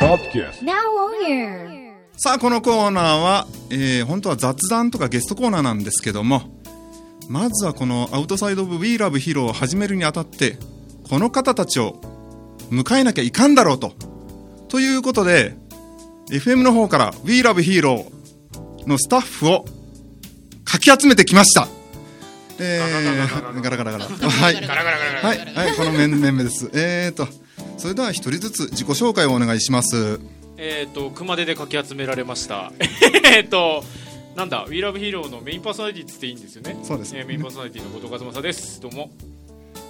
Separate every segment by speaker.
Speaker 1: Podcast.
Speaker 2: Now on air.
Speaker 3: さあこのコーナーは、えー本当は雑談とかゲストコーナーなんですけどもまずはこの「アウトサイド・オブ・ウィー・ラブ・ヒーロー」を始めるにあたってこの方たちを迎えなきゃいかんだろうと。ということで FM の方から「ウィー・ラブ・ヒーロー」のスタッフをかき集めてきました。えー、ガラガラガラ。はい。はい、はい、この面々です。えーと、それでは一人ずつ自己紹介をお願いします。
Speaker 4: えっ、と熊手でかき集められました えっとなんだ「WeLoveHero」のメインパーソナリティっつっていいんですよね
Speaker 3: そうです
Speaker 4: えーメインパーソナリティの後藤和正ですどうも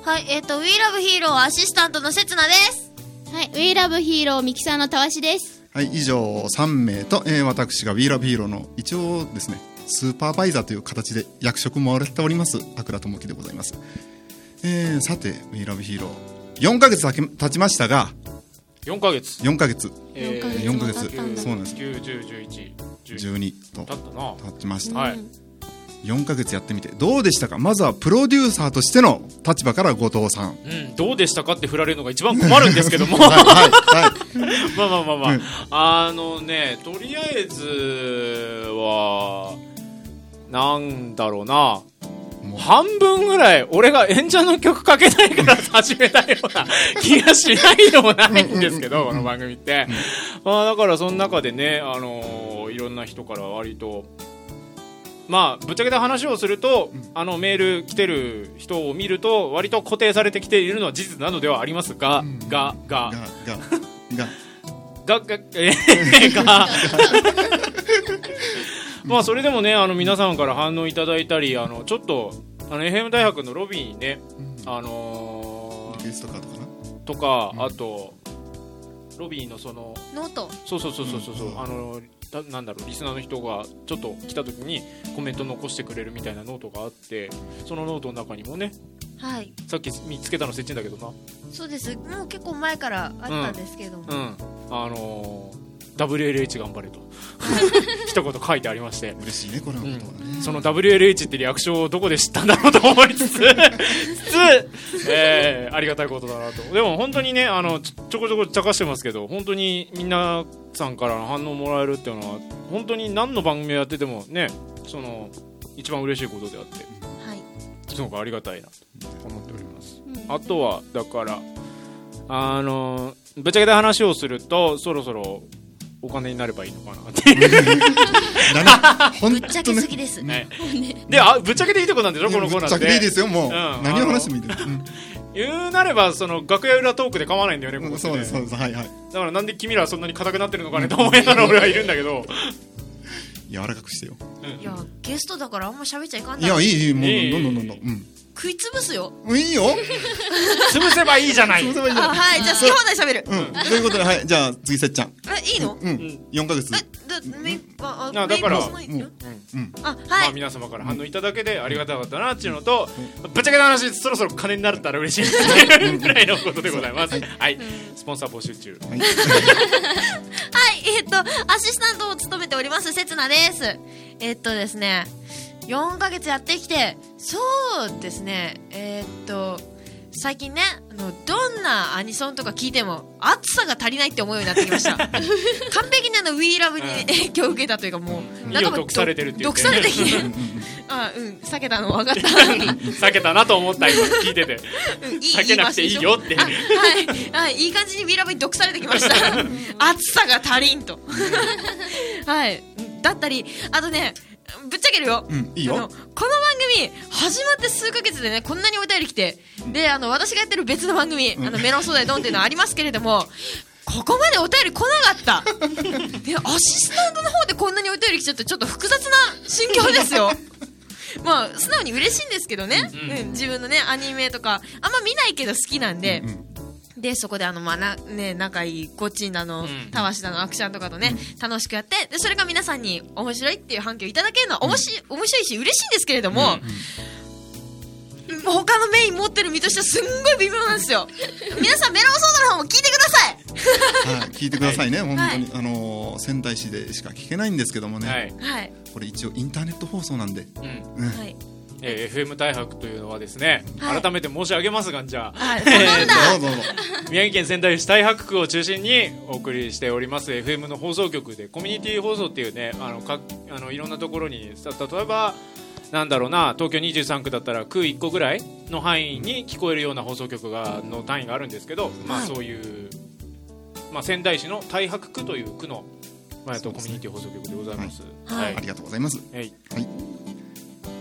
Speaker 5: はい、えっ、と、ウィーラブヒーローアシスタントのせつなです。はい、ウィーラブヒーローミキサーのたわしです。
Speaker 3: はい、以上3名と、えー私が WeLoveHero の一応ですねスーパーバイザーという形で役職もらっておりますあくらともきでございます、えーさて WeLoveHero4 ヶ月だけ経ちましたが
Speaker 4: 4ヶ月
Speaker 3: 4ヶ月
Speaker 4: え
Speaker 5: ヶ月
Speaker 3: 4ヶ月
Speaker 5: 経ったんだ
Speaker 3: そうなんです
Speaker 4: 9 10 11
Speaker 3: 12と
Speaker 4: 経ったなは
Speaker 3: 経ちました
Speaker 4: い
Speaker 3: 4ヶ月やってみてどうでしたかまずはプロデューサーとしての立場から後藤さん
Speaker 4: うん、どうでしたかって振られるのが一番困るんですけ どもま
Speaker 3: はい
Speaker 4: あ
Speaker 3: はいはい
Speaker 4: まあまあまあ、
Speaker 3: うん
Speaker 4: あのねとりあえずはなんだろうな
Speaker 3: もう
Speaker 4: 半分ぐらい俺が演者の曲かけないから始めたような気がしないでもないんですけどこの番組って、まあ、だからその中でね、あのーいろんな人から割とまあぶっちゃけた話をすると、あのメール来てる人を見ると割と固定されてきているのは事実なのではありますが、がが
Speaker 3: ががが
Speaker 4: ががえーが まあそれでもねあの皆さんから反応いただいたりあのちょっとあの FM 大学のロビーにね、あの
Speaker 3: リクエストカードかな
Speaker 4: ーとかあとロビーのその
Speaker 5: ノート。
Speaker 4: そうそうそうそうそう、
Speaker 3: うん
Speaker 4: あのたなんだろうリスナーの人がちょっと来た時にコメント残してくれるみたいなノートがあってそのノートの中にもね
Speaker 5: はい。
Speaker 4: さっき見つけたのせっちんだけどな
Speaker 5: そうです。もう結構前からあったんですけども。
Speaker 4: うん、あのー WLH 頑張れと 一言書いてありまして。
Speaker 3: 嬉しいねこれのことはね、
Speaker 4: その WLH って略称をどこで知ったんだろうと思いつつつつ、えーありがたいことだなとでも本当にねあのちょちょこちょこちゃかしてますけど本当に皆さんからの反応もらえるっていうのは本当に何の番組をやっててもねその一番嬉しいことであって
Speaker 5: はい。
Speaker 4: すごくありがたいなと思っております、あとはだからあのぶっちゃけた話をするとそろそろお金になればいいのかなっていう
Speaker 3: だね本
Speaker 5: ぶっちゃ
Speaker 3: 当
Speaker 5: け
Speaker 3: ね
Speaker 5: すぎです。
Speaker 4: ねであぶっちゃけていいとこなんでしょこのコーナ
Speaker 3: ぶっ
Speaker 4: ーっ
Speaker 3: ちゃけでいいで
Speaker 4: て
Speaker 3: すよもう、
Speaker 4: ん
Speaker 3: 何を話してもいいです、うん
Speaker 4: 言うなればその楽屋裏トークで構わないんだよねここってね
Speaker 3: そうですそうですはいはい
Speaker 4: だからなんで君らはそんなに硬くなってるのかねと思いながら俺はいるんだけど
Speaker 3: 柔らかくしてよ
Speaker 5: いや、ゲストだからあんま喋っちゃいかん
Speaker 3: い
Speaker 5: だ
Speaker 3: や
Speaker 5: ろ
Speaker 3: いいいいもう
Speaker 4: いい
Speaker 3: どんどんどんどんうん
Speaker 5: 食い潰すよ。
Speaker 3: うんいいよ
Speaker 4: 潰せばいいじゃ ない
Speaker 3: それはいいよ
Speaker 5: あ、はい。じゃあ好き放題喋る。
Speaker 3: うんということではいじゃあ次せっちゃん
Speaker 5: え、いいの
Speaker 3: うん
Speaker 4: ん
Speaker 3: 4ヶ月
Speaker 5: え、だ、め、あ、
Speaker 4: あだか
Speaker 5: メインパ
Speaker 4: ら
Speaker 5: ーソナリティの
Speaker 3: うん
Speaker 5: あ、
Speaker 4: ま
Speaker 5: は
Speaker 4: あ、
Speaker 5: い。
Speaker 4: 皆様から反応いただけでありがたかったなっていうのと、ぶっちゃけた話そろそろ金になったら嬉しいっていうぐらいのことでございますはいスポンサー募集中
Speaker 3: はい
Speaker 5: はい、えっと、アシスタントを務めております、せつなです。えっとですね、4ヶ月やってきて、そうですね、えっと、最近ね、あの、どんなアニソンとか聞いても、暑さが足りないって思うようになってきま した。完璧にあの、We Love に
Speaker 4: うん
Speaker 5: 影響を受けたというか、もう、
Speaker 4: ん
Speaker 5: なんか
Speaker 4: いいよ
Speaker 5: もう
Speaker 4: 毒されてるっていうね
Speaker 5: 毒されて きて、あ、うん、避けたの分かった。
Speaker 4: 避けたなと思った今聞いてて
Speaker 5: うんいい
Speaker 4: 避けなくていいよって
Speaker 5: あはい、はい、いい感じに「ウィラブ」に毒されてきました暑さが足りんとはいだったりあとねぶっちゃけるよ、
Speaker 3: うんいいよ
Speaker 5: あのこの番組始まって数ヶ月でねこんなにお便り来てであの私がやってる別の番組「あのメロンソーダでドン」っていうのはありますけれどもここまでお便り来 なかったでアシスタントの方でこんなにお便り来ちゃってちょっと複雑な心境ですよまあ素直に嬉しいんですけどね、
Speaker 4: うん
Speaker 5: うん自分のねアニメとかあんま見ないけど好きなんで、でそこであの、まあなね、仲いいゴッチンだの、
Speaker 4: ん
Speaker 5: たわしだのアクションとかとね、楽しくやってでそれが皆さんに面白いっていう反響いただけるのはおもし、面白いし嬉しいんですけれども、他のメイン持ってる身としてはすんごい微妙なんです よ皆さんメロンソーダの方も聞いてください
Speaker 3: はい聞いてくださいね本当にあのー仙台市でしか聞けないんですけども
Speaker 4: は
Speaker 3: ね
Speaker 4: い、
Speaker 5: はい、
Speaker 3: これ一応インターネット放送なんで
Speaker 4: うん
Speaker 3: うん
Speaker 5: はい、
Speaker 4: えー FM 大白というのはですね、
Speaker 5: はい
Speaker 4: 改めて申し上げますがじゃあ、
Speaker 5: はいそうなんだ
Speaker 3: どうぞどうぞ
Speaker 4: 宮城県仙台市太白区を中心にお送りしております FM の放送局でコミュニティ放送っていうねあのかあのいろんなところにさ例えばなんだろうな東京23区だったら区1個ぐらいの範囲に聞こえるような放送局がの単位があるんですけど、まあ、
Speaker 5: はい
Speaker 4: そういう、まあ、仙台市の太白区という区の、まあ、えっ
Speaker 3: そ
Speaker 4: と
Speaker 3: う
Speaker 4: コ
Speaker 3: です
Speaker 4: ミ
Speaker 3: ね
Speaker 4: ュニティ放送局でございます。
Speaker 5: はい
Speaker 4: はい
Speaker 3: ありがとうございます
Speaker 4: はい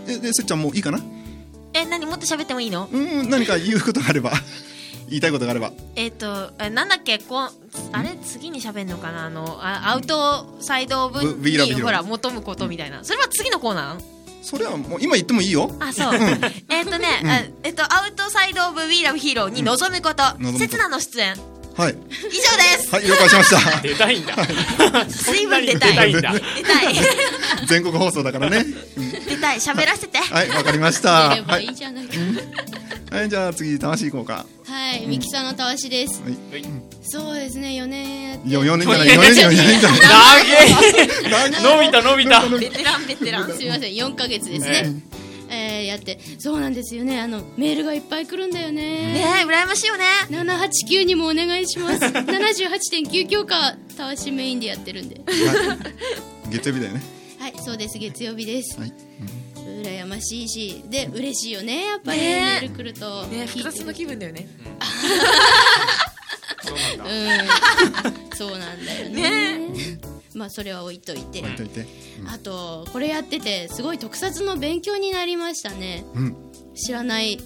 Speaker 3: えでせっちゃんもういいかな
Speaker 5: え何もっと喋ってもいいの
Speaker 3: うん何か言うことがあれば 言いたいことがあれば
Speaker 5: えっ、とえなんだっけこんあれ次に喋るのかなあのあアウトサイド分
Speaker 3: We- We Love
Speaker 5: に
Speaker 3: Heroes
Speaker 5: ほら求むことみたいなそれは次のコーナーなの
Speaker 3: それはもう今言ってもいいよ
Speaker 5: あ、そう。えっとね、あえっと、アウトサイドオブウィーラブヒーローに臨むこと
Speaker 3: うん望むこ、と
Speaker 5: 刹那の出演。
Speaker 3: は
Speaker 5: 以
Speaker 3: い
Speaker 5: 上です。
Speaker 3: はい了解しま した
Speaker 4: 出たいんだ
Speaker 5: 水分出たい。
Speaker 4: 出
Speaker 5: 出
Speaker 4: た
Speaker 5: た
Speaker 4: いん
Speaker 5: い
Speaker 4: だ。
Speaker 3: 全国放送だからねうん
Speaker 5: 出たい。喋らせて。
Speaker 3: はいわかりました
Speaker 1: れ
Speaker 3: は
Speaker 1: ばい
Speaker 3: い
Speaker 1: いじゃないか。
Speaker 3: はいじゃあ次魂行こうか
Speaker 1: はい、ミキさんのたわしです。
Speaker 3: はい
Speaker 4: はい
Speaker 1: そうですね、4年やって。
Speaker 3: よ四年じゃない四年じゃない四年じゃない
Speaker 4: 長い伸びた伸びた
Speaker 5: ベテラン、ベテラン。
Speaker 1: すみません、4ヶ月ですね。えー、やって。そうなんですよね、あの、メールがいっぱい来るんだよ
Speaker 5: ね
Speaker 1: ね。
Speaker 5: え、羨ましいよね。
Speaker 1: 789にもお願いします。78.9教科、たわしメインでやってるんで。
Speaker 3: はい月曜日だよね
Speaker 1: はい、そうです、月曜日です。
Speaker 3: はい
Speaker 1: 羨ましいし、で、嬉しいよね、やっぱり。
Speaker 5: ね
Speaker 1: メール来ると。
Speaker 5: ねえ、
Speaker 1: 聞い
Speaker 5: 複
Speaker 1: て
Speaker 5: 雑な気分だよね。
Speaker 4: そうなんだ
Speaker 1: うん、そうなんだよ ね。まあそれは置いといて、
Speaker 3: 置いといて
Speaker 1: あとこれやっててすごい特撮の勉強になりましたね。
Speaker 3: うん
Speaker 1: 知らない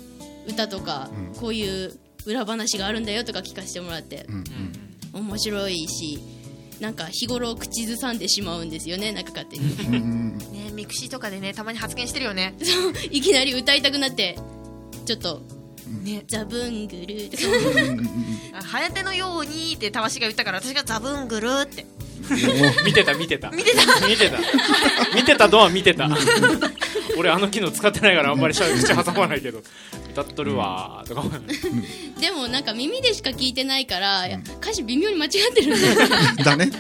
Speaker 1: 歌とか、
Speaker 3: うん
Speaker 1: こういう裏話があるんだよとか聞かせてもらって
Speaker 3: うん
Speaker 1: 面白いし、なんか日頃口ずさんでしまうんですよね、なんか勝手に。
Speaker 3: うんうんうん
Speaker 5: ねえミクシーとかでね、たまに発言してるよね。
Speaker 1: いきなり歌いたくなって、ちょっと
Speaker 5: ね
Speaker 1: ザブングルとか。
Speaker 3: うんうんうん
Speaker 5: あ早手のようにってたわしが言ったから、私がザブングルーって。
Speaker 4: 見てた見てた
Speaker 5: 見てた
Speaker 4: 見てた見てたドア見てた俺あの機能使ってないからあんまりしゃ口挟まないけど歌っとるわーとか思う
Speaker 1: でもなんか耳でしか聞いてないから、いや歌詞微妙に間違ってる んだよ。
Speaker 3: だね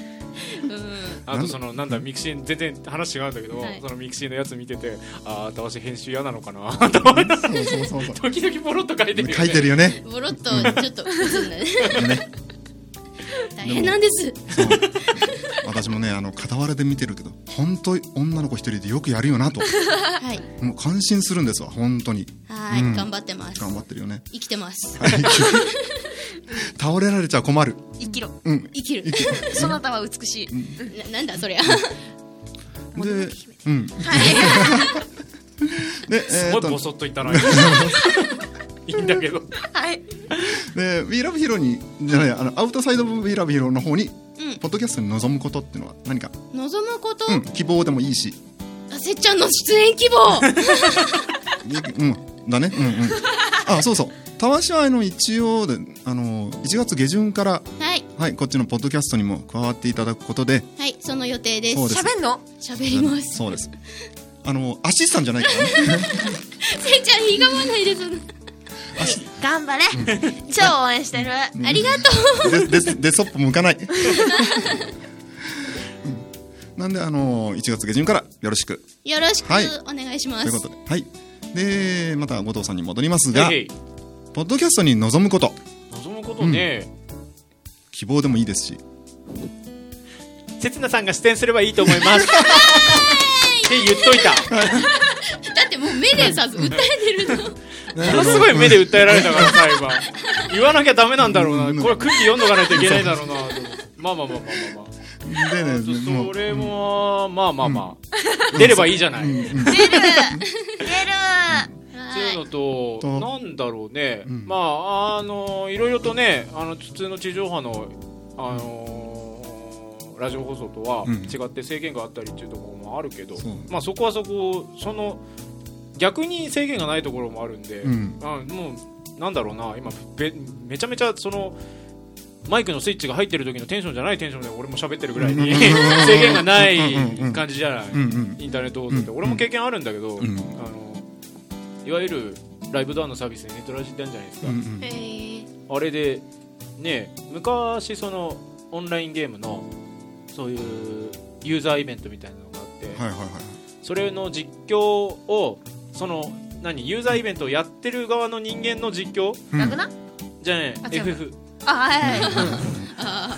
Speaker 1: うん
Speaker 4: あとそのなんだミクシー全然話違うんだけど、
Speaker 1: はい
Speaker 4: そのミクシーのやつ見ててああ私編集嫌なのかなと
Speaker 3: そうそうそうそう
Speaker 4: 時々ポロっと書いてるよね
Speaker 3: 書いてるよね
Speaker 1: ボロっとちょっと打つんだね 大変なんです
Speaker 3: そう私もねあの傍らで見てるけど本当に女の子一人でよくやるよなと
Speaker 1: はい
Speaker 3: もう感心するんですわ本当に
Speaker 1: はい、
Speaker 3: うん
Speaker 1: 頑張ってます
Speaker 3: 頑張ってるよね
Speaker 1: 生きてます
Speaker 3: はい倒れられちゃ困る
Speaker 5: 生きろ。
Speaker 3: うん
Speaker 1: 生きる
Speaker 3: 生きる
Speaker 5: そなたは美しい。
Speaker 1: ななんだそりゃ
Speaker 3: でうんでえ
Speaker 4: す
Speaker 3: ー
Speaker 4: ご
Speaker 3: っ
Speaker 4: いボ
Speaker 3: と
Speaker 4: ソッと言ったな いいんだけど
Speaker 5: はい。
Speaker 3: で We Love Hero にじゃないあのアウトサイド We Love Hero の方に
Speaker 1: うん
Speaker 3: ポッドキャストに望むことっていうのは何か
Speaker 1: 望むこと、
Speaker 3: うん希望でもいいし
Speaker 1: あせっちゃんの出 演希望
Speaker 3: うんだねうんうんあそうそうたわしはあの一応であの1月下旬から
Speaker 1: はい
Speaker 3: はい、こっちのポッドキャストにも加わっていただくことで、
Speaker 1: はいその予定です
Speaker 3: そうです
Speaker 5: 喋んの
Speaker 1: 喋ります
Speaker 3: そうです。あの、アシスタントじゃないからね。
Speaker 1: せっちゃんひがまないでその
Speaker 3: アシ
Speaker 5: 頑張れ。超応援してる。
Speaker 1: ありがと
Speaker 3: で、で、で、そっぽ向かない。うんなんで、あの、1月下旬からよろしく
Speaker 1: うよろしく
Speaker 3: はい
Speaker 1: お願いしま
Speaker 3: という
Speaker 1: す、
Speaker 3: ことで、はい。で、また後藤さんに戻りますが
Speaker 4: へ、いへい
Speaker 3: ポッドキャストに望むこと、
Speaker 4: 望むことね、
Speaker 3: 希望でもいいですし、
Speaker 4: せつなさんが出演すればいいと思い ますって言っといた
Speaker 1: だってもう目でさ訴 えてるの
Speaker 4: ものすごい目で訴えられたからさ 今言わなきゃダメなんだろう
Speaker 3: うん
Speaker 4: なこれ空気読んどかないといけないだろうなまあまあまあまあまあまあ
Speaker 3: でね、
Speaker 4: ちょっと
Speaker 3: もう
Speaker 4: それもまあまあまあ出ればいいじゃないっ
Speaker 3: う
Speaker 4: て
Speaker 3: ん
Speaker 4: い
Speaker 3: うん
Speaker 5: 出る。出る。
Speaker 1: は
Speaker 4: うの
Speaker 1: い
Speaker 4: と
Speaker 3: と
Speaker 4: なんだろうね
Speaker 3: うん
Speaker 4: まああのいろいろとねあの普通の地上波のあのラジオ放送とは
Speaker 3: うん
Speaker 4: 違って制限があったりっていうところもあるけど
Speaker 3: そう
Speaker 4: まあそこはそこその逆に制限がないところもあるんで
Speaker 3: うん
Speaker 4: あもうなんだろうな今べめちゃめちゃそのマイクのスイッチが入ってる時のテンションじゃないテンションで俺も喋ってるぐらいに 制限がない感じじゃない、
Speaker 3: うんうん
Speaker 4: インターネット放送って
Speaker 3: うん
Speaker 4: 俺も経験あるんだけど、
Speaker 3: うん
Speaker 4: あのいわゆるライブドアのサービスでネットラジってあるじゃないですか、
Speaker 3: うんうん
Speaker 5: へー
Speaker 4: あれでね昔そのオンラインゲームのそういうユーザーイベントみたいなのがあって、
Speaker 3: はいはいはい。
Speaker 4: それの実況をその何ユーザーイベントをやってる側の人間の実況
Speaker 3: うん
Speaker 5: 楽な
Speaker 4: じゃね
Speaker 5: あ違う
Speaker 4: FF
Speaker 5: あはいはい
Speaker 1: あ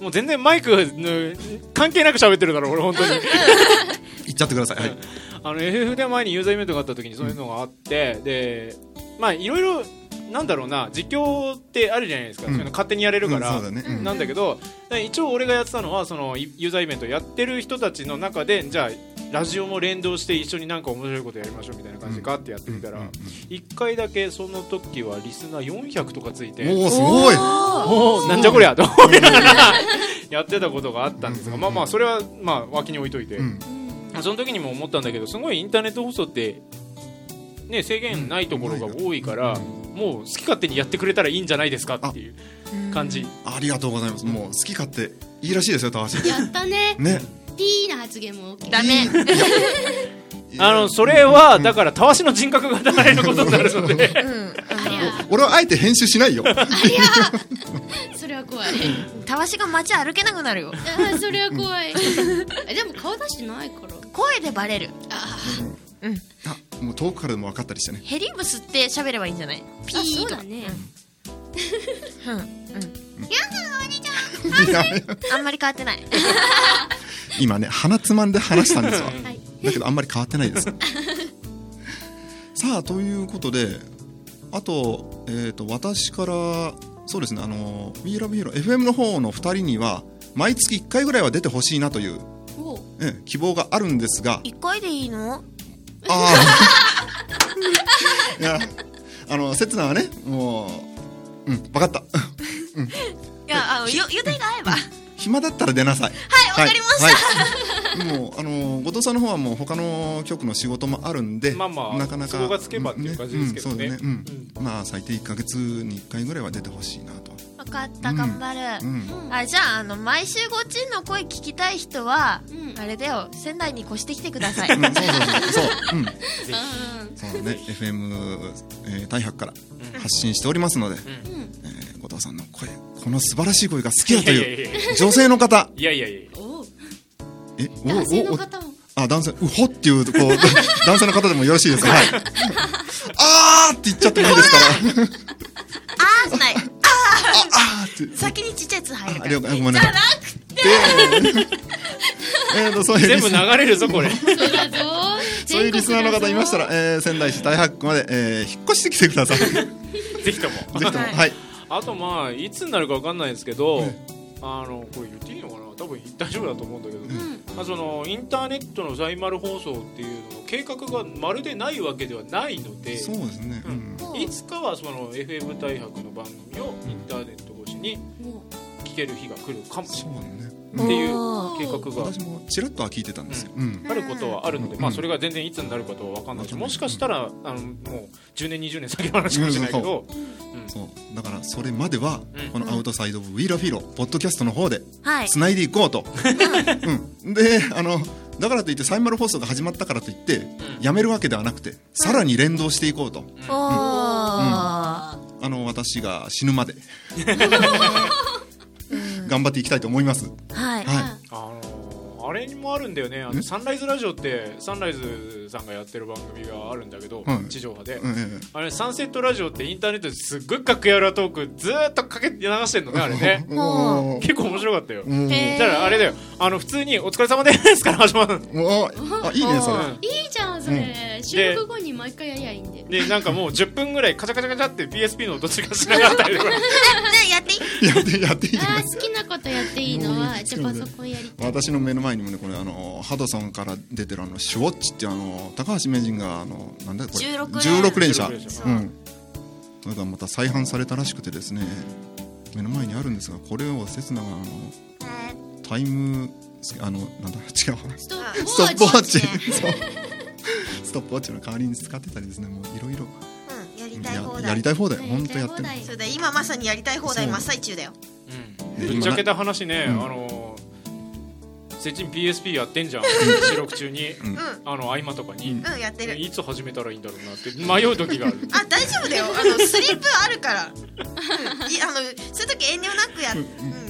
Speaker 4: もう全然マイクぬ関係なく喋ってるから俺本当に
Speaker 3: 言っちゃってください、はい
Speaker 4: あの FF で前にユーザーイベントがあった時にそういうのがあって、でまあいろいろなんだろうな実況ってあるじゃないですか、
Speaker 3: うん
Speaker 4: そういうの勝手にやれるから、
Speaker 3: うんそうだね、うん
Speaker 4: なんだけど、一応俺がやってたのはそのいユーザーイベントやってる人たちの中でじゃあラジオも連動して一緒になんか面白いことやりましょうみたいな感じでガッてやってみたら、1回だけその時はリスナー400とかついて
Speaker 3: おおすごい
Speaker 4: おーなんじゃこりゃと思いながらやってたことがあったんですが、まあまあそれはまあ脇に置いといて、
Speaker 3: うん
Speaker 4: その時にも思ったんだけどすごいインターネット放送って、ね、制限ないところが多いから、もう好き勝手にやってくれたらいいんじゃないですかっていう感じ。
Speaker 3: ありがとうございますもう好き勝手いいらしいですよ高橋
Speaker 1: ーやったね
Speaker 3: ね
Speaker 1: ピーな発言も OK
Speaker 5: ダメ
Speaker 4: あのそれはだからたわしの人格がたわれることになるので
Speaker 5: うん
Speaker 1: ありゃ
Speaker 3: 俺はあえて編集しないよ
Speaker 1: それは怖い
Speaker 5: たわしが街歩けなくなるよ
Speaker 1: あーそれは怖 いえでも顔出してないから
Speaker 5: 声でバレる
Speaker 1: あ
Speaker 5: うん
Speaker 3: あもう遠くからでも分かったりしてね
Speaker 5: ヘリウム吸って喋ればいいんじゃない
Speaker 1: ー
Speaker 5: ピー
Speaker 1: そう
Speaker 5: と
Speaker 1: だ
Speaker 5: か
Speaker 1: ね
Speaker 5: うんうん
Speaker 3: いや
Speaker 5: あんまり変わってない
Speaker 3: 今ね鼻つまんで話したんですわ
Speaker 1: はい
Speaker 3: だけどあんまり変わってないですさあということであと,、えー、と私からそうですねあの WeLoveHero FM の方の2人には毎月1回ぐらいは出てほしいなという、
Speaker 1: おう
Speaker 3: ええ希望があるんですが
Speaker 5: 一回でいいの
Speaker 3: ああいやあの刹那はねもううん分かった
Speaker 5: いやあのよ予定が合えば
Speaker 3: 暇だったら出なさい、
Speaker 5: はいわかりました
Speaker 3: はいもうあの後藤さんの方はもう他の局の仕事もあるんで
Speaker 4: まあまあ
Speaker 3: なかなか
Speaker 4: 都合がつけばっていう感じですけどね
Speaker 3: うんそうだね、うんまあ最低1か月に1回ぐらいは出てほしいなと、
Speaker 5: 分かった頑張
Speaker 3: う
Speaker 5: る
Speaker 3: ん、
Speaker 1: うん
Speaker 5: あじゃああの毎週ごちんの声聞きたい人は
Speaker 1: うん
Speaker 5: あれだよ仙台に越してきてください
Speaker 3: うんそうそうそうそう、うん、
Speaker 1: うん
Speaker 3: そうだね FM、えー、大白から発信しておりますので、
Speaker 1: うん
Speaker 3: えー後藤さんの声この素晴らしい声が好きだと
Speaker 4: いやいやいやい
Speaker 3: いう女性の方
Speaker 4: いやいやいや
Speaker 1: おう
Speaker 3: えお
Speaker 1: 男性
Speaker 3: お
Speaker 1: の
Speaker 3: お
Speaker 1: 方も
Speaker 3: あ男性うほっていうこう男性の方でもよろしいですかはいあーって言っちゃってもいいですから
Speaker 5: あーじゃない
Speaker 3: ああーって
Speaker 5: 先にちっちゃいやつ入る
Speaker 3: あ
Speaker 5: から
Speaker 3: 了解ごめんな
Speaker 5: じ
Speaker 3: さ
Speaker 5: ゃ
Speaker 3: い
Speaker 5: な
Speaker 3: えーとそういう
Speaker 4: 全
Speaker 3: リ
Speaker 4: 部
Speaker 3: ス
Speaker 4: 流れるぞこれ
Speaker 1: そうだぞ
Speaker 3: そういうリスナーの方いましたら、えー、仙台市大白区まで、えー、引っ越してきてください。ぜ
Speaker 4: ぜひとも
Speaker 3: ひとも、
Speaker 5: はい
Speaker 3: はい。
Speaker 4: あとまあいつになるかわかんないですけど、
Speaker 3: え
Speaker 4: あのこれ言っていいのかな多分大丈夫だと思うんだけど、
Speaker 1: ん
Speaker 4: まあ、そのインターネットの在丸放送っていうのの計画がまるでないわけではないので
Speaker 3: そうですね。うん
Speaker 4: いつかはその FM 大白の番組をインターネット越しに
Speaker 1: も
Speaker 4: 聞ける日が来るかも
Speaker 3: そうだね。
Speaker 4: っていう
Speaker 5: お
Speaker 4: 計画が
Speaker 3: 私もちらっとは聞いてたんですよ。うん。
Speaker 4: あることはあるので、
Speaker 3: うん
Speaker 4: まあ、それが全然いつになるかとは分かんないし、
Speaker 3: うん
Speaker 4: もしかしたらあのもう10年、20年先の話かもしれないけど、
Speaker 3: そう。だからそれまでは、
Speaker 4: うん
Speaker 3: このアウトサイドオブウィーラフィーロポッドキャストの方で
Speaker 5: はい
Speaker 3: 繋いでいこうと。うん。で、あのだからといってサイマル放送が始まったからといってやめるわけではなくて、さらに連動していこうと。
Speaker 5: おー
Speaker 3: あの私が死ぬまで頑張っていきたいと思います。
Speaker 5: はい
Speaker 3: は
Speaker 4: あのあれにもあるんだよねあの、
Speaker 3: ん
Speaker 4: サンライズラジオって、サンライズさんがやってる番組があるんだけど、
Speaker 3: はい
Speaker 4: 地上波
Speaker 3: い
Speaker 4: で。。
Speaker 3: うんうん
Speaker 4: あれサンセットラジオってインターネットですっごい格やらトークずーっとかけ流してんのねあれね
Speaker 3: おー
Speaker 4: 結構面白かったよ
Speaker 3: おー
Speaker 5: へー
Speaker 4: だからあれだよあの普通に「お疲れ様です」から始まるの
Speaker 3: おあいいねそれ
Speaker 4: うん
Speaker 1: ういいじゃんそれ収録後に毎回やりゃいいんで
Speaker 4: でなんかもう10分ぐらいカチャカチャカチャって PSP の音しかしなかったり とか
Speaker 5: ねやっていい
Speaker 3: やってやっていいじゃな
Speaker 1: あ
Speaker 3: い
Speaker 1: ー好きなことやっていいのはじゃあパソコンやりたい
Speaker 3: 私の目の前にもねこれあのハドソンから出てるあのシュウォッチっていうあの高橋名人があのなんだこれ
Speaker 5: 16連
Speaker 3: 16連射
Speaker 4: 16連射
Speaker 3: うんそれがまた再販されたらしくてですね目の前にあるんですがこれを刹那があのタイムあのなんだ違うわ
Speaker 1: スト
Speaker 5: あ
Speaker 1: ップウォ
Speaker 3: ストップウォッチ
Speaker 5: ウォッ
Speaker 3: そうストップウォッチの代わりに使ってたりですねもういろいろ
Speaker 5: うんやりたい放
Speaker 3: やや
Speaker 5: 題
Speaker 3: りたい放題
Speaker 1: やりたい
Speaker 3: 本当やってる
Speaker 1: 放題
Speaker 5: そうだ今まさにやりたい放題
Speaker 3: そう
Speaker 5: 真っ最中だよ
Speaker 4: うん
Speaker 3: で
Speaker 4: ぶっちゃけた話ね、
Speaker 3: 今な
Speaker 4: あのせちん PSP やってんじゃん収録中に、
Speaker 3: ん
Speaker 5: う
Speaker 4: あの合間とかに、
Speaker 5: んうんやってる
Speaker 4: いつ始めたらいいんだろうなって迷う時がある
Speaker 5: あ大丈夫だよあのスリープあるから、うん、いあのそういう時遠慮なくや、うん
Speaker 1: うん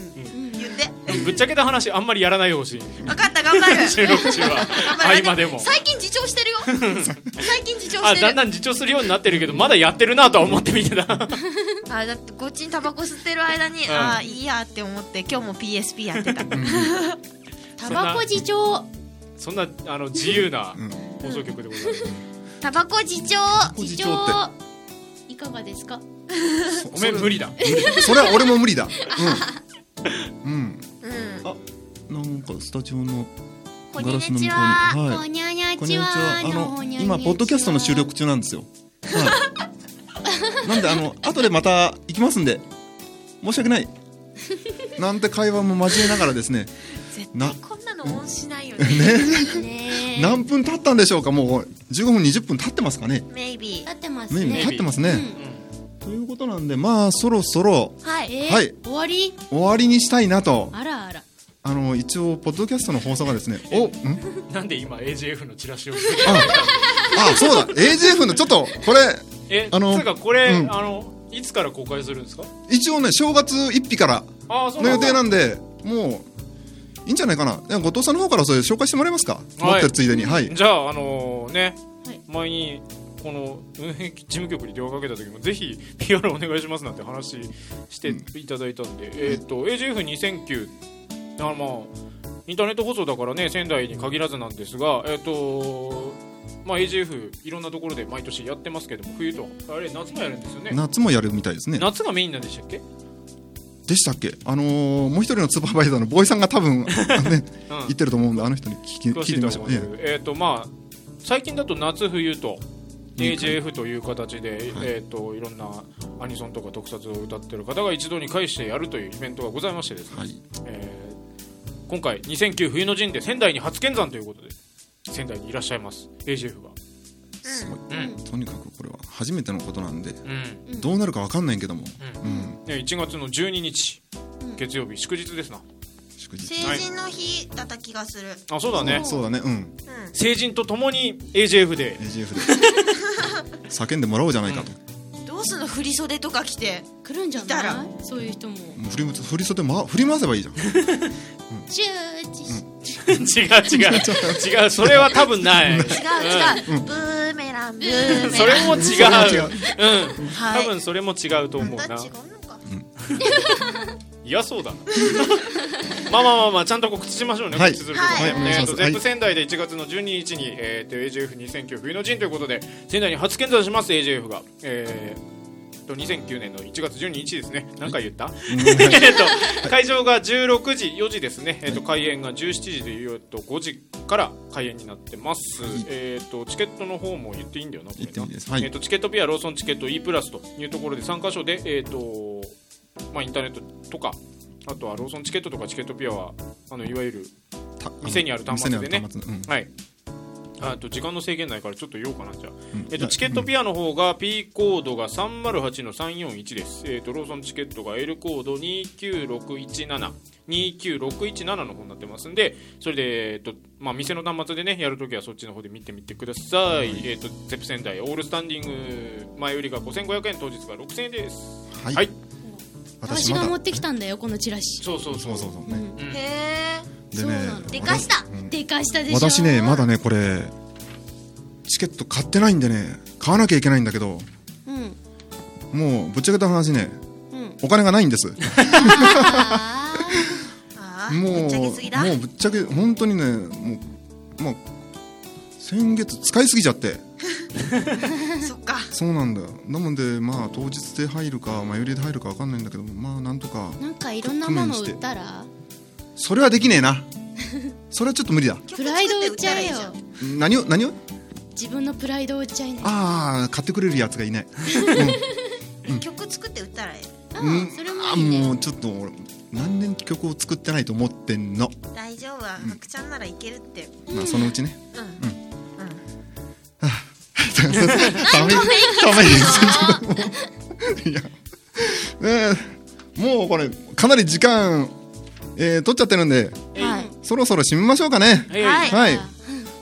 Speaker 5: 言って
Speaker 4: ぶっちゃけた話あんまりやらないでほしい
Speaker 5: 分かった頑張る
Speaker 4: 収録 中は
Speaker 5: 頑張る
Speaker 4: 合間でも
Speaker 5: 最近自重してる よ最近自重し
Speaker 4: あ
Speaker 5: て
Speaker 4: だん
Speaker 5: る
Speaker 4: だん自重するようになってるけどまだやってるなとは思ってみ てた
Speaker 5: あだってこっちにタバコ吸ってる間に、
Speaker 4: うん
Speaker 5: ああいいやって思って今日も PSP やってた
Speaker 1: タバコ自重
Speaker 4: そんなあの自由な
Speaker 3: うん
Speaker 4: 放送局でございます
Speaker 5: タバコ自重
Speaker 3: こ自
Speaker 1: 自
Speaker 3: 重
Speaker 1: 重
Speaker 3: って
Speaker 1: いかがですか
Speaker 4: ごめん無理だ
Speaker 3: それは俺も無理だうん、うん
Speaker 5: うん
Speaker 3: あなんかスタジオの
Speaker 5: こ
Speaker 3: ガ
Speaker 5: んに
Speaker 3: ラスの向こう
Speaker 5: ち
Speaker 3: に
Speaker 5: は
Speaker 1: こにゃにゃ
Speaker 3: こんにち
Speaker 1: ち
Speaker 3: は
Speaker 1: は
Speaker 3: あ
Speaker 1: の
Speaker 3: の
Speaker 1: ほにゃにゃちは
Speaker 3: 今ポッドキャストの収録中なんですよはいなんであの後でまた行きますんで申し訳ないなんて会話も交えながらですね
Speaker 5: 絶
Speaker 3: な
Speaker 5: 対こんなの音しないよね
Speaker 1: ね
Speaker 3: 何分経ったんでしょうかもう15分20分経ってますかね
Speaker 5: Maybe
Speaker 1: 立ってます
Speaker 3: ね
Speaker 1: ね
Speaker 3: 経ってますね、
Speaker 1: うん
Speaker 3: ということなんでまあそろそろ
Speaker 5: はい
Speaker 1: えー
Speaker 3: はい
Speaker 1: 終わり
Speaker 3: 終わりにしたいなと
Speaker 1: あらあら
Speaker 3: あの一応ポッドキャストの放送がですねおん
Speaker 4: うんなんで今 AJF のチ ラシを
Speaker 3: あそうだ AJF のちょっとこれ
Speaker 4: え
Speaker 3: あの
Speaker 4: つうかこれ、
Speaker 3: うん
Speaker 4: あのいつから公開するんですか
Speaker 3: 一応ね正月一日から
Speaker 4: ああそう
Speaker 3: の予定なんんでもういいんじゃないかなでも後藤さんの方からそれ紹介してもらえますか、持ってるついでにはい
Speaker 4: だじゃああのね、
Speaker 1: はい
Speaker 4: 前にこの運営事務局に電話かけた時もぜひ PR お願いしますなんて話していただいたんで、えっ、と AJF2009 あまあインターネット放送だからね仙台に限らずなんですがえっ、とまあ AJF いろんなところで毎年やってますけども冬とあれ夏もやるんですよね
Speaker 3: 夏もやるみたいですね
Speaker 4: 夏がメインなんでしたっけ
Speaker 3: でしたっけあのーもう一人のスーパーバイザーのボーイさんが多分、あのね、
Speaker 4: うん
Speaker 3: 言ってると思うんであの人に聞き
Speaker 4: 詳
Speaker 3: 聞
Speaker 4: し
Speaker 3: いてみ
Speaker 4: いと
Speaker 3: まし
Speaker 4: 思
Speaker 3: ょ
Speaker 4: う
Speaker 3: うん
Speaker 4: ですけどえっ、とまあ最近だと夏冬と
Speaker 3: いい
Speaker 4: AJF という形で、えっ、といろんなアニソンとか特撮を歌ってる方が一度に返してやるというイベントがございましてですね、
Speaker 3: はい
Speaker 4: えー今回2009冬の陣で仙台に初見山ということで仙台にいらっしゃいます AJF が
Speaker 3: すごい、
Speaker 4: うん
Speaker 3: とにかくこれは初めてのことなんで
Speaker 4: うん、
Speaker 1: うん
Speaker 3: どうなるかわかんないけども、
Speaker 4: う
Speaker 3: うん、
Speaker 4: ね、1月の12日
Speaker 1: うん
Speaker 4: 月曜日祝日ですな
Speaker 3: 祝日
Speaker 5: 成人の日だった気がする、
Speaker 4: あそうだね
Speaker 3: そうだねうん
Speaker 5: うん
Speaker 4: 成人とともに AJF で
Speaker 3: AGF で叫んでもらおうじゃないかと、
Speaker 5: どうすんの振り袖とか着て
Speaker 1: 来るんじゃ
Speaker 5: いた
Speaker 1: な
Speaker 5: ら
Speaker 1: いそういう人も
Speaker 3: もう振りむ振り袖、ま、振り回せば いいじゃん
Speaker 1: シューチ
Speaker 4: 違う 違う違うそれは多分 ない
Speaker 5: 違う違う、ブーメランブーメ
Speaker 4: それ
Speaker 5: ラン
Speaker 4: も違
Speaker 3: それは違
Speaker 4: う
Speaker 3: う
Speaker 4: うん
Speaker 5: は
Speaker 4: 多
Speaker 5: い
Speaker 4: 分それも違うと思うな
Speaker 5: あ違うのか
Speaker 4: 嫌そうだな まあまあまあまあちゃんと告知しましょうね、
Speaker 3: はい
Speaker 4: 告知すること
Speaker 5: はい
Speaker 3: お願いし
Speaker 4: え
Speaker 3: ま
Speaker 4: ー
Speaker 3: す
Speaker 4: と
Speaker 3: はい
Speaker 4: ゼップ仙台で1月の12日に、えー、と AJF2009 冬の陣ということで仙台に初見座します AJF がえーと2009年の1月12日ですね。何回言った、 えっと、会場が16時、4時ですね。えっと、開演が17時でいうと5時から開演になってます。えっと、チケットの方も言っていいんだよな、これ
Speaker 3: 言
Speaker 4: な
Speaker 3: っていいですはい
Speaker 4: えー、とチケットピアローソンチケット E プラスというところで3箇所で、えーとまあ、インターネットとかあとはローソンチケットとかチケットピアはあのいわゆる、
Speaker 3: たあの
Speaker 4: 店にある端末で
Speaker 3: 店
Speaker 4: ね
Speaker 3: にある端末うん
Speaker 4: はい、あと時間の制限ないからちょっと言おうかなじゃあ、
Speaker 3: うん
Speaker 4: えー、とチケットピアの方が P コードが308の341です、えー、とローソンチケットが L コード29617 29617の方になってますんでそれで、えっとまあ、店の端末でねやるときはそっちの方で見てみてください、えっとゼップ仙台オールスタンディング前売りが5500円当日が6000円です
Speaker 3: はい、
Speaker 4: はい
Speaker 1: 私が持ってきたんだよこのチラシ
Speaker 4: そうそう
Speaker 3: そうそうそう
Speaker 1: う
Speaker 3: ね、
Speaker 1: ん
Speaker 4: うん
Speaker 5: へ
Speaker 3: で
Speaker 1: そう
Speaker 3: ね
Speaker 1: なの
Speaker 5: えでかした
Speaker 3: うん
Speaker 1: でかしたでしょ
Speaker 3: 私ねまだねこれチケット買ってないんでね買わなきゃいけないんだけど
Speaker 1: うん
Speaker 3: もうぶっちゃけた話ね
Speaker 1: うん
Speaker 3: お金がないんですも
Speaker 1: あ
Speaker 5: ああ
Speaker 3: う
Speaker 5: ぶっちゃけすぎだ
Speaker 3: もうぶっちゃけ本当にねもうまあ先月使いすぎちゃって
Speaker 5: そっか
Speaker 3: そうなんだよなのでまあ当日で入るか前売りで入るかわかんないんだけどまあなんとか
Speaker 1: ーなんかいろんなもの売ったら
Speaker 3: それはできねえ なそれはちょっと無理だ
Speaker 1: プライド売っちゃえよ
Speaker 3: 何を何を
Speaker 1: 自分のプライドを売っちゃいな
Speaker 3: ああ買ってくれるやつがいない
Speaker 5: 曲作って売ったらいいじゃん
Speaker 1: あ
Speaker 3: うん
Speaker 1: ーそれもいい
Speaker 3: あー
Speaker 1: ね
Speaker 3: もうちょっと俺何年曲を作ってないと思ってんの、
Speaker 5: 曲作って売ったらいい大丈夫はくちゃんならいけるって
Speaker 3: まあそのうち ね
Speaker 5: うんうん
Speaker 3: ダメダメですいやねえもうこれかなり時間、えー取っちゃってるんで
Speaker 1: はい
Speaker 3: そろそろ締めましょうかね
Speaker 4: はい
Speaker 5: はい
Speaker 3: はい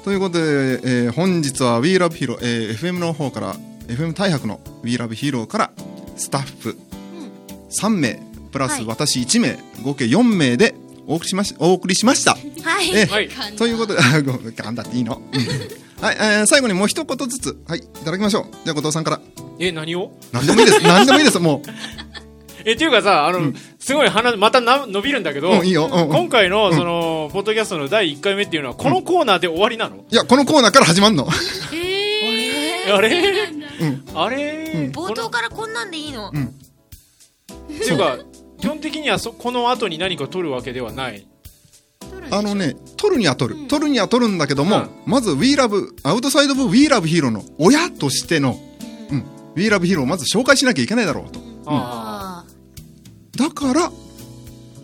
Speaker 3: ということで、えー本日は WeLoveHero、えー FM の方から FM 大白の WeLoveHero からスタッフ3名プラス
Speaker 1: はい
Speaker 3: 私1名、合計4名でお送りしましお送りしました。
Speaker 5: はい、
Speaker 3: ええ
Speaker 4: はい
Speaker 3: ということ で、あごめん噛んだっていいの。うんはい、えー最後にもう一言ずつ、はい、いただきましょう。じゃあ、後藤さんから。
Speaker 4: え何を
Speaker 3: 何でもいい です。何でもいいです。も
Speaker 4: えっていうかさあの、すごい話またな伸びるんだけど、
Speaker 3: う、うん、いいよ。うんうん
Speaker 4: 今回のその、ポッドキャストの第1回目っていうのはこのコーナーで終わりなの、
Speaker 3: いや、このコーナーから始まるの。
Speaker 4: あれ、あれ、
Speaker 3: うん
Speaker 5: 冒頭からこんなんでいいの、
Speaker 3: ん
Speaker 4: っていうか基本的にはそこの後に何か取るわけではない
Speaker 3: あのね、取るには取る、
Speaker 1: うん
Speaker 3: 取るには取るんだけども、
Speaker 4: うん
Speaker 3: まず We Love、アウトサイド部 We Love ヒーローの親としての、うん、We Love ヒーローをまず紹介しなきゃいけないだろうと。
Speaker 4: あ
Speaker 5: あ
Speaker 3: だから、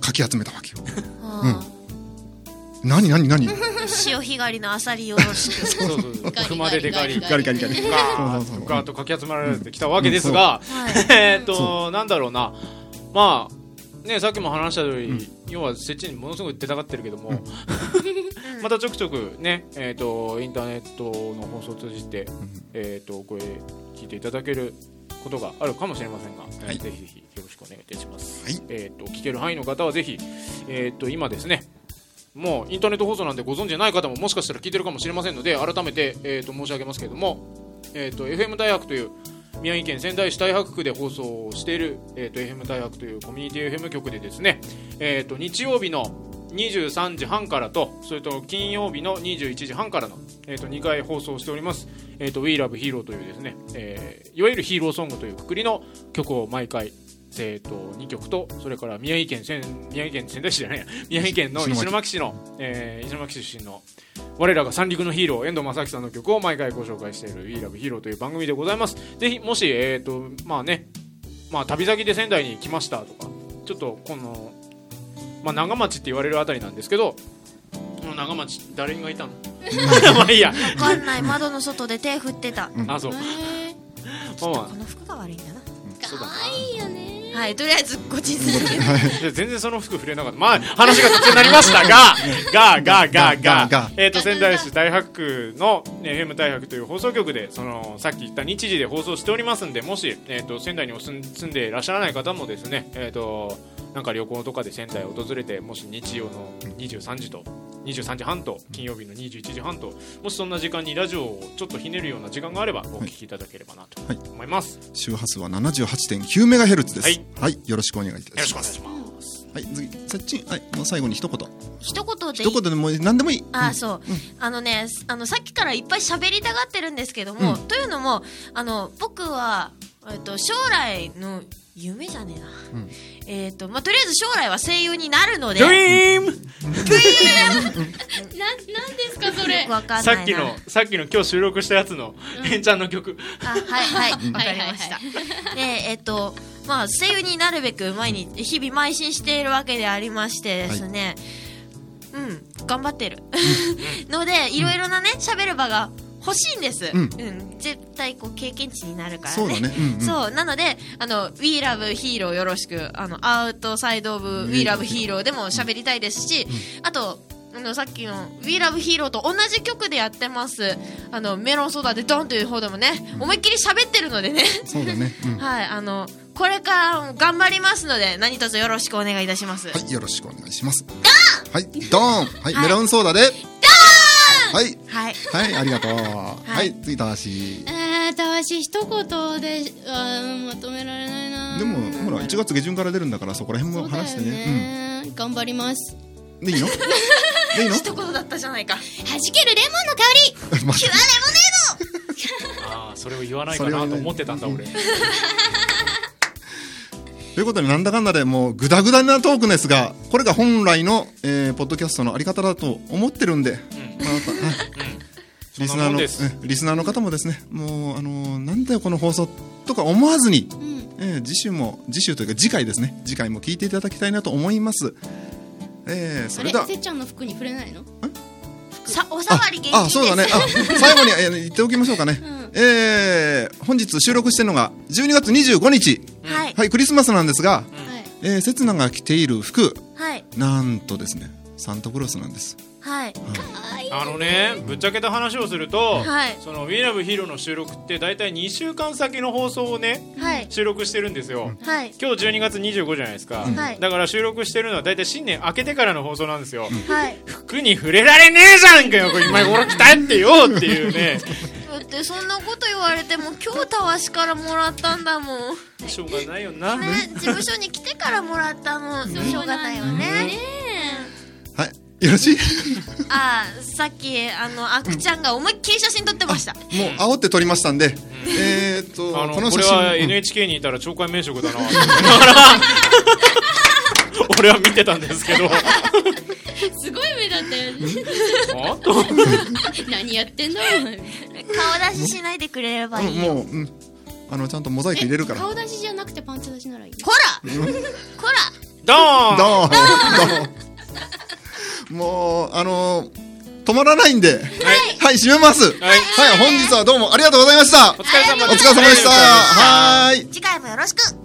Speaker 3: かき集めたわけよ。
Speaker 5: ーあ
Speaker 3: 何何何ガ
Speaker 5: ー、 潮干狩りのアサリよろし く
Speaker 4: あそうそうそう熊手でかり
Speaker 3: リガリガ リ。
Speaker 4: ガ
Speaker 3: そうそうそう
Speaker 4: ーッとかき集められてきたわけですが、
Speaker 5: はい、
Speaker 4: えーっ
Speaker 3: そ
Speaker 4: となんだろうなまあねさっきも話した通り、要は設置にものすごい出たがってるけども、 またちょくちょくねえーっとインターネットの放送を通じて、えーっとこれ聞いていただけることがあるかもしれませんが、えー
Speaker 3: はい
Speaker 4: ぜひぜひよろしくお願いいたします、
Speaker 3: はい
Speaker 4: えーっと聞ける範囲の方はぜひえーっと今ですねもうインターネット放送なんでご存知じゃない方ももしかしたら聞いてるかもしれませんので改めて、えー、と申し上げますけれども、えー、と FM 大白という宮城県仙台市太白区で放送をしている、えー、と FM 大白というコミュニティ FM 局でですね、えー、と日曜日の23時半からとそれと金曜日の21時半からの、えー、と2回放送しております「えー、と WeLoveHero」というですね、えーいわゆるヒーローソングというくくりの曲を毎回えー、と2曲とそれから宮城県仙宮城県仙台市じゃ ないや宮城県の石巻市の、えー石巻市出身の我らが三陸のヒーロー遠藤正樹さんの曲を毎回ご紹介している「WeLove ヒーロー」という番組でございますぜひもしえっ、とまあねまあ旅先で仙台に来ましたとかちょっとこの、まあ、長町って言われるあたりなんですけどこの長町誰がいたの まあいいや
Speaker 5: わかんない窓の外で手振ってた、
Speaker 4: あそう、まあまあ
Speaker 5: この服が悪いんだな
Speaker 4: そうだな
Speaker 1: 愛いよね
Speaker 5: はいとりあえずごちそうさま
Speaker 4: いや全然その服触れなかった。まあ、話が途中になりましたが、 が、が、
Speaker 3: が
Speaker 4: が、が、
Speaker 3: が
Speaker 4: えっ、と、仙台市大白区の、ね、FM 大白という放送局で、その、さっき言った日時で放送しておりますんで、もし、えっ、と、仙台にお住ん住んでいらっしゃらない方もですね、えっ、と、なんか旅行とかで仙台を訪れて、もし日曜の23時と、23時半と、金曜日の21時半と、もしそんな時間にラジオをちょっとひねるような時間があれば、お聞きいただければなと
Speaker 3: はい
Speaker 4: 思います。
Speaker 3: 周波数は78.9メガヘルツです。は
Speaker 4: はいい、
Speaker 3: よろしくお願いい
Speaker 4: よろ
Speaker 3: た
Speaker 4: し
Speaker 3: し
Speaker 4: くお
Speaker 3: ま
Speaker 4: 願い
Speaker 3: す。
Speaker 4: します。
Speaker 3: はい、次、さっちん、はい、もう最後に一言。
Speaker 5: 一言でいい
Speaker 3: 一言でもう何でもいい。
Speaker 5: あーそう、あのねすあのさっきからいっぱい喋りたがってるんですけども、
Speaker 3: うん
Speaker 5: というのもあの僕は、えっと、将来の夢じゃねえな、
Speaker 3: ん
Speaker 5: えっとまあ、とりあえず将来は声優になるので
Speaker 4: ドリーム
Speaker 1: ななんですかそれ
Speaker 5: よくわかんないな
Speaker 4: さっきのさっきの今日収録したやつのえんちゃんの曲
Speaker 5: あはいはいわかり
Speaker 1: ん
Speaker 5: ましたでえっ、とまあ声優になるべく毎日日々邁進しているわけでありましてですね、うん頑張ってる のでいろいろなね喋る場が欲しいんです、
Speaker 3: う
Speaker 5: うんん絶対こう経験値になるからね
Speaker 3: そうだねうんうん
Speaker 5: そうなのであの「WeLoveHero」よろしくあのアウトサイド・オブ・ WeLoveHero でも喋りたいですし、あとあのさっきの「WeLoveHero」と同じ曲でやってますあのメロンソーダでドンという方でもね思いっきり喋ってるのでね
Speaker 3: そうだね。うん
Speaker 5: はいあのこれからも頑張りますので何卒よろしくお願いいたします、
Speaker 3: はい、よろしくお願いします。はい、ドーンはい、メロンソーダでドーンはい、
Speaker 5: はい
Speaker 3: はい、ありがとう。はい、次、たわし。
Speaker 1: えー、たわし一言であーまとめられないな
Speaker 3: でも、ほら、1月下旬から出るんだから、そこら辺
Speaker 1: そ
Speaker 3: も
Speaker 1: うだよ
Speaker 3: 話してね。
Speaker 1: ね、頑張ります
Speaker 3: うん。で、いいので、いいの
Speaker 5: 一言だったじゃないか
Speaker 1: 弾けるレモンの香 り
Speaker 3: ま
Speaker 5: キュアレモネード
Speaker 4: ああそれを言わない
Speaker 3: か
Speaker 4: か
Speaker 3: な
Speaker 4: な
Speaker 3: と
Speaker 4: と
Speaker 3: 思
Speaker 4: 思
Speaker 3: っ
Speaker 4: ってて
Speaker 3: たん
Speaker 4: たん
Speaker 3: だ
Speaker 4: だ
Speaker 3: 俺
Speaker 4: 俺
Speaker 3: ということで、なんだかんだでもう、ぐだぐだなトークですが、これが本来の、えーポッドキャストのあり方だと思ってるんで、まあやっぱはいリス
Speaker 4: そん
Speaker 3: ナ
Speaker 4: な
Speaker 3: ー
Speaker 4: もん
Speaker 3: の、
Speaker 4: です
Speaker 3: えリスナーの方もですね、もう、あのーなんだよ、この放送とか思わずに、
Speaker 1: うん
Speaker 3: えー次週も次週というか次回ですね次回も聞いていただきたいなと思います、えー、そ
Speaker 1: あ
Speaker 3: れ
Speaker 1: れ
Speaker 3: では
Speaker 1: せっちゃんの服に触れないの
Speaker 5: さおさわり厳禁
Speaker 3: あ
Speaker 5: です
Speaker 3: そうだねあ 最後に、えー言っておきましょうかね、えー本日収録してるのが12月25日
Speaker 5: はい
Speaker 3: はいクリスマスなんですが、
Speaker 1: はい
Speaker 3: えー、刹那が着ている服
Speaker 5: はい
Speaker 3: なんとですねサンタクロースなんです
Speaker 5: はい
Speaker 4: あのねぶっちゃけた話をすると、
Speaker 5: はい
Speaker 4: その「WeLoveHero」の収録って大体2週間先の放送をね
Speaker 5: はい
Speaker 4: 収録してるんですよ、
Speaker 5: はい
Speaker 4: 今日12月25じゃないですか、
Speaker 5: はい
Speaker 4: だから収録してるのは大体新年明けてからの放送なんですよ、
Speaker 5: はい
Speaker 4: 服に触れられねえじゃんかよこれ今頃鍛えてよっていう ね
Speaker 5: だってそんなこと言われても今日たわしからもらったんだもん
Speaker 4: しょうがないよな、
Speaker 5: ね事務所に来てからもらったもんしょうがないよね
Speaker 3: はいよろしい
Speaker 5: ああさっきあのあくちゃんが思いっきり写真撮ってました
Speaker 3: もう煽って撮りましたんで、えーっと
Speaker 4: あの
Speaker 3: こ
Speaker 4: こ
Speaker 3: の写
Speaker 4: れ
Speaker 3: 真
Speaker 4: は
Speaker 3: うん
Speaker 4: NHK にいたら懲戒免職だな だから俺は見てたんです けど
Speaker 1: すごい目だったよね
Speaker 4: あと
Speaker 1: 何やってんだお 前
Speaker 5: 顔出ししないでくれればいいよ
Speaker 3: もう、うん、あのちゃんとモザイク入れるから
Speaker 1: 顔出しじゃなくてパンツ出しならいい
Speaker 5: こらこら
Speaker 4: ドーン
Speaker 3: どうもうあの止まらないんではい、閉めますはい、
Speaker 4: はい
Speaker 3: 本日はどうもありがとうございました
Speaker 4: お疲れ様
Speaker 3: お疲れ様でしたはーい
Speaker 5: 次回もよろしく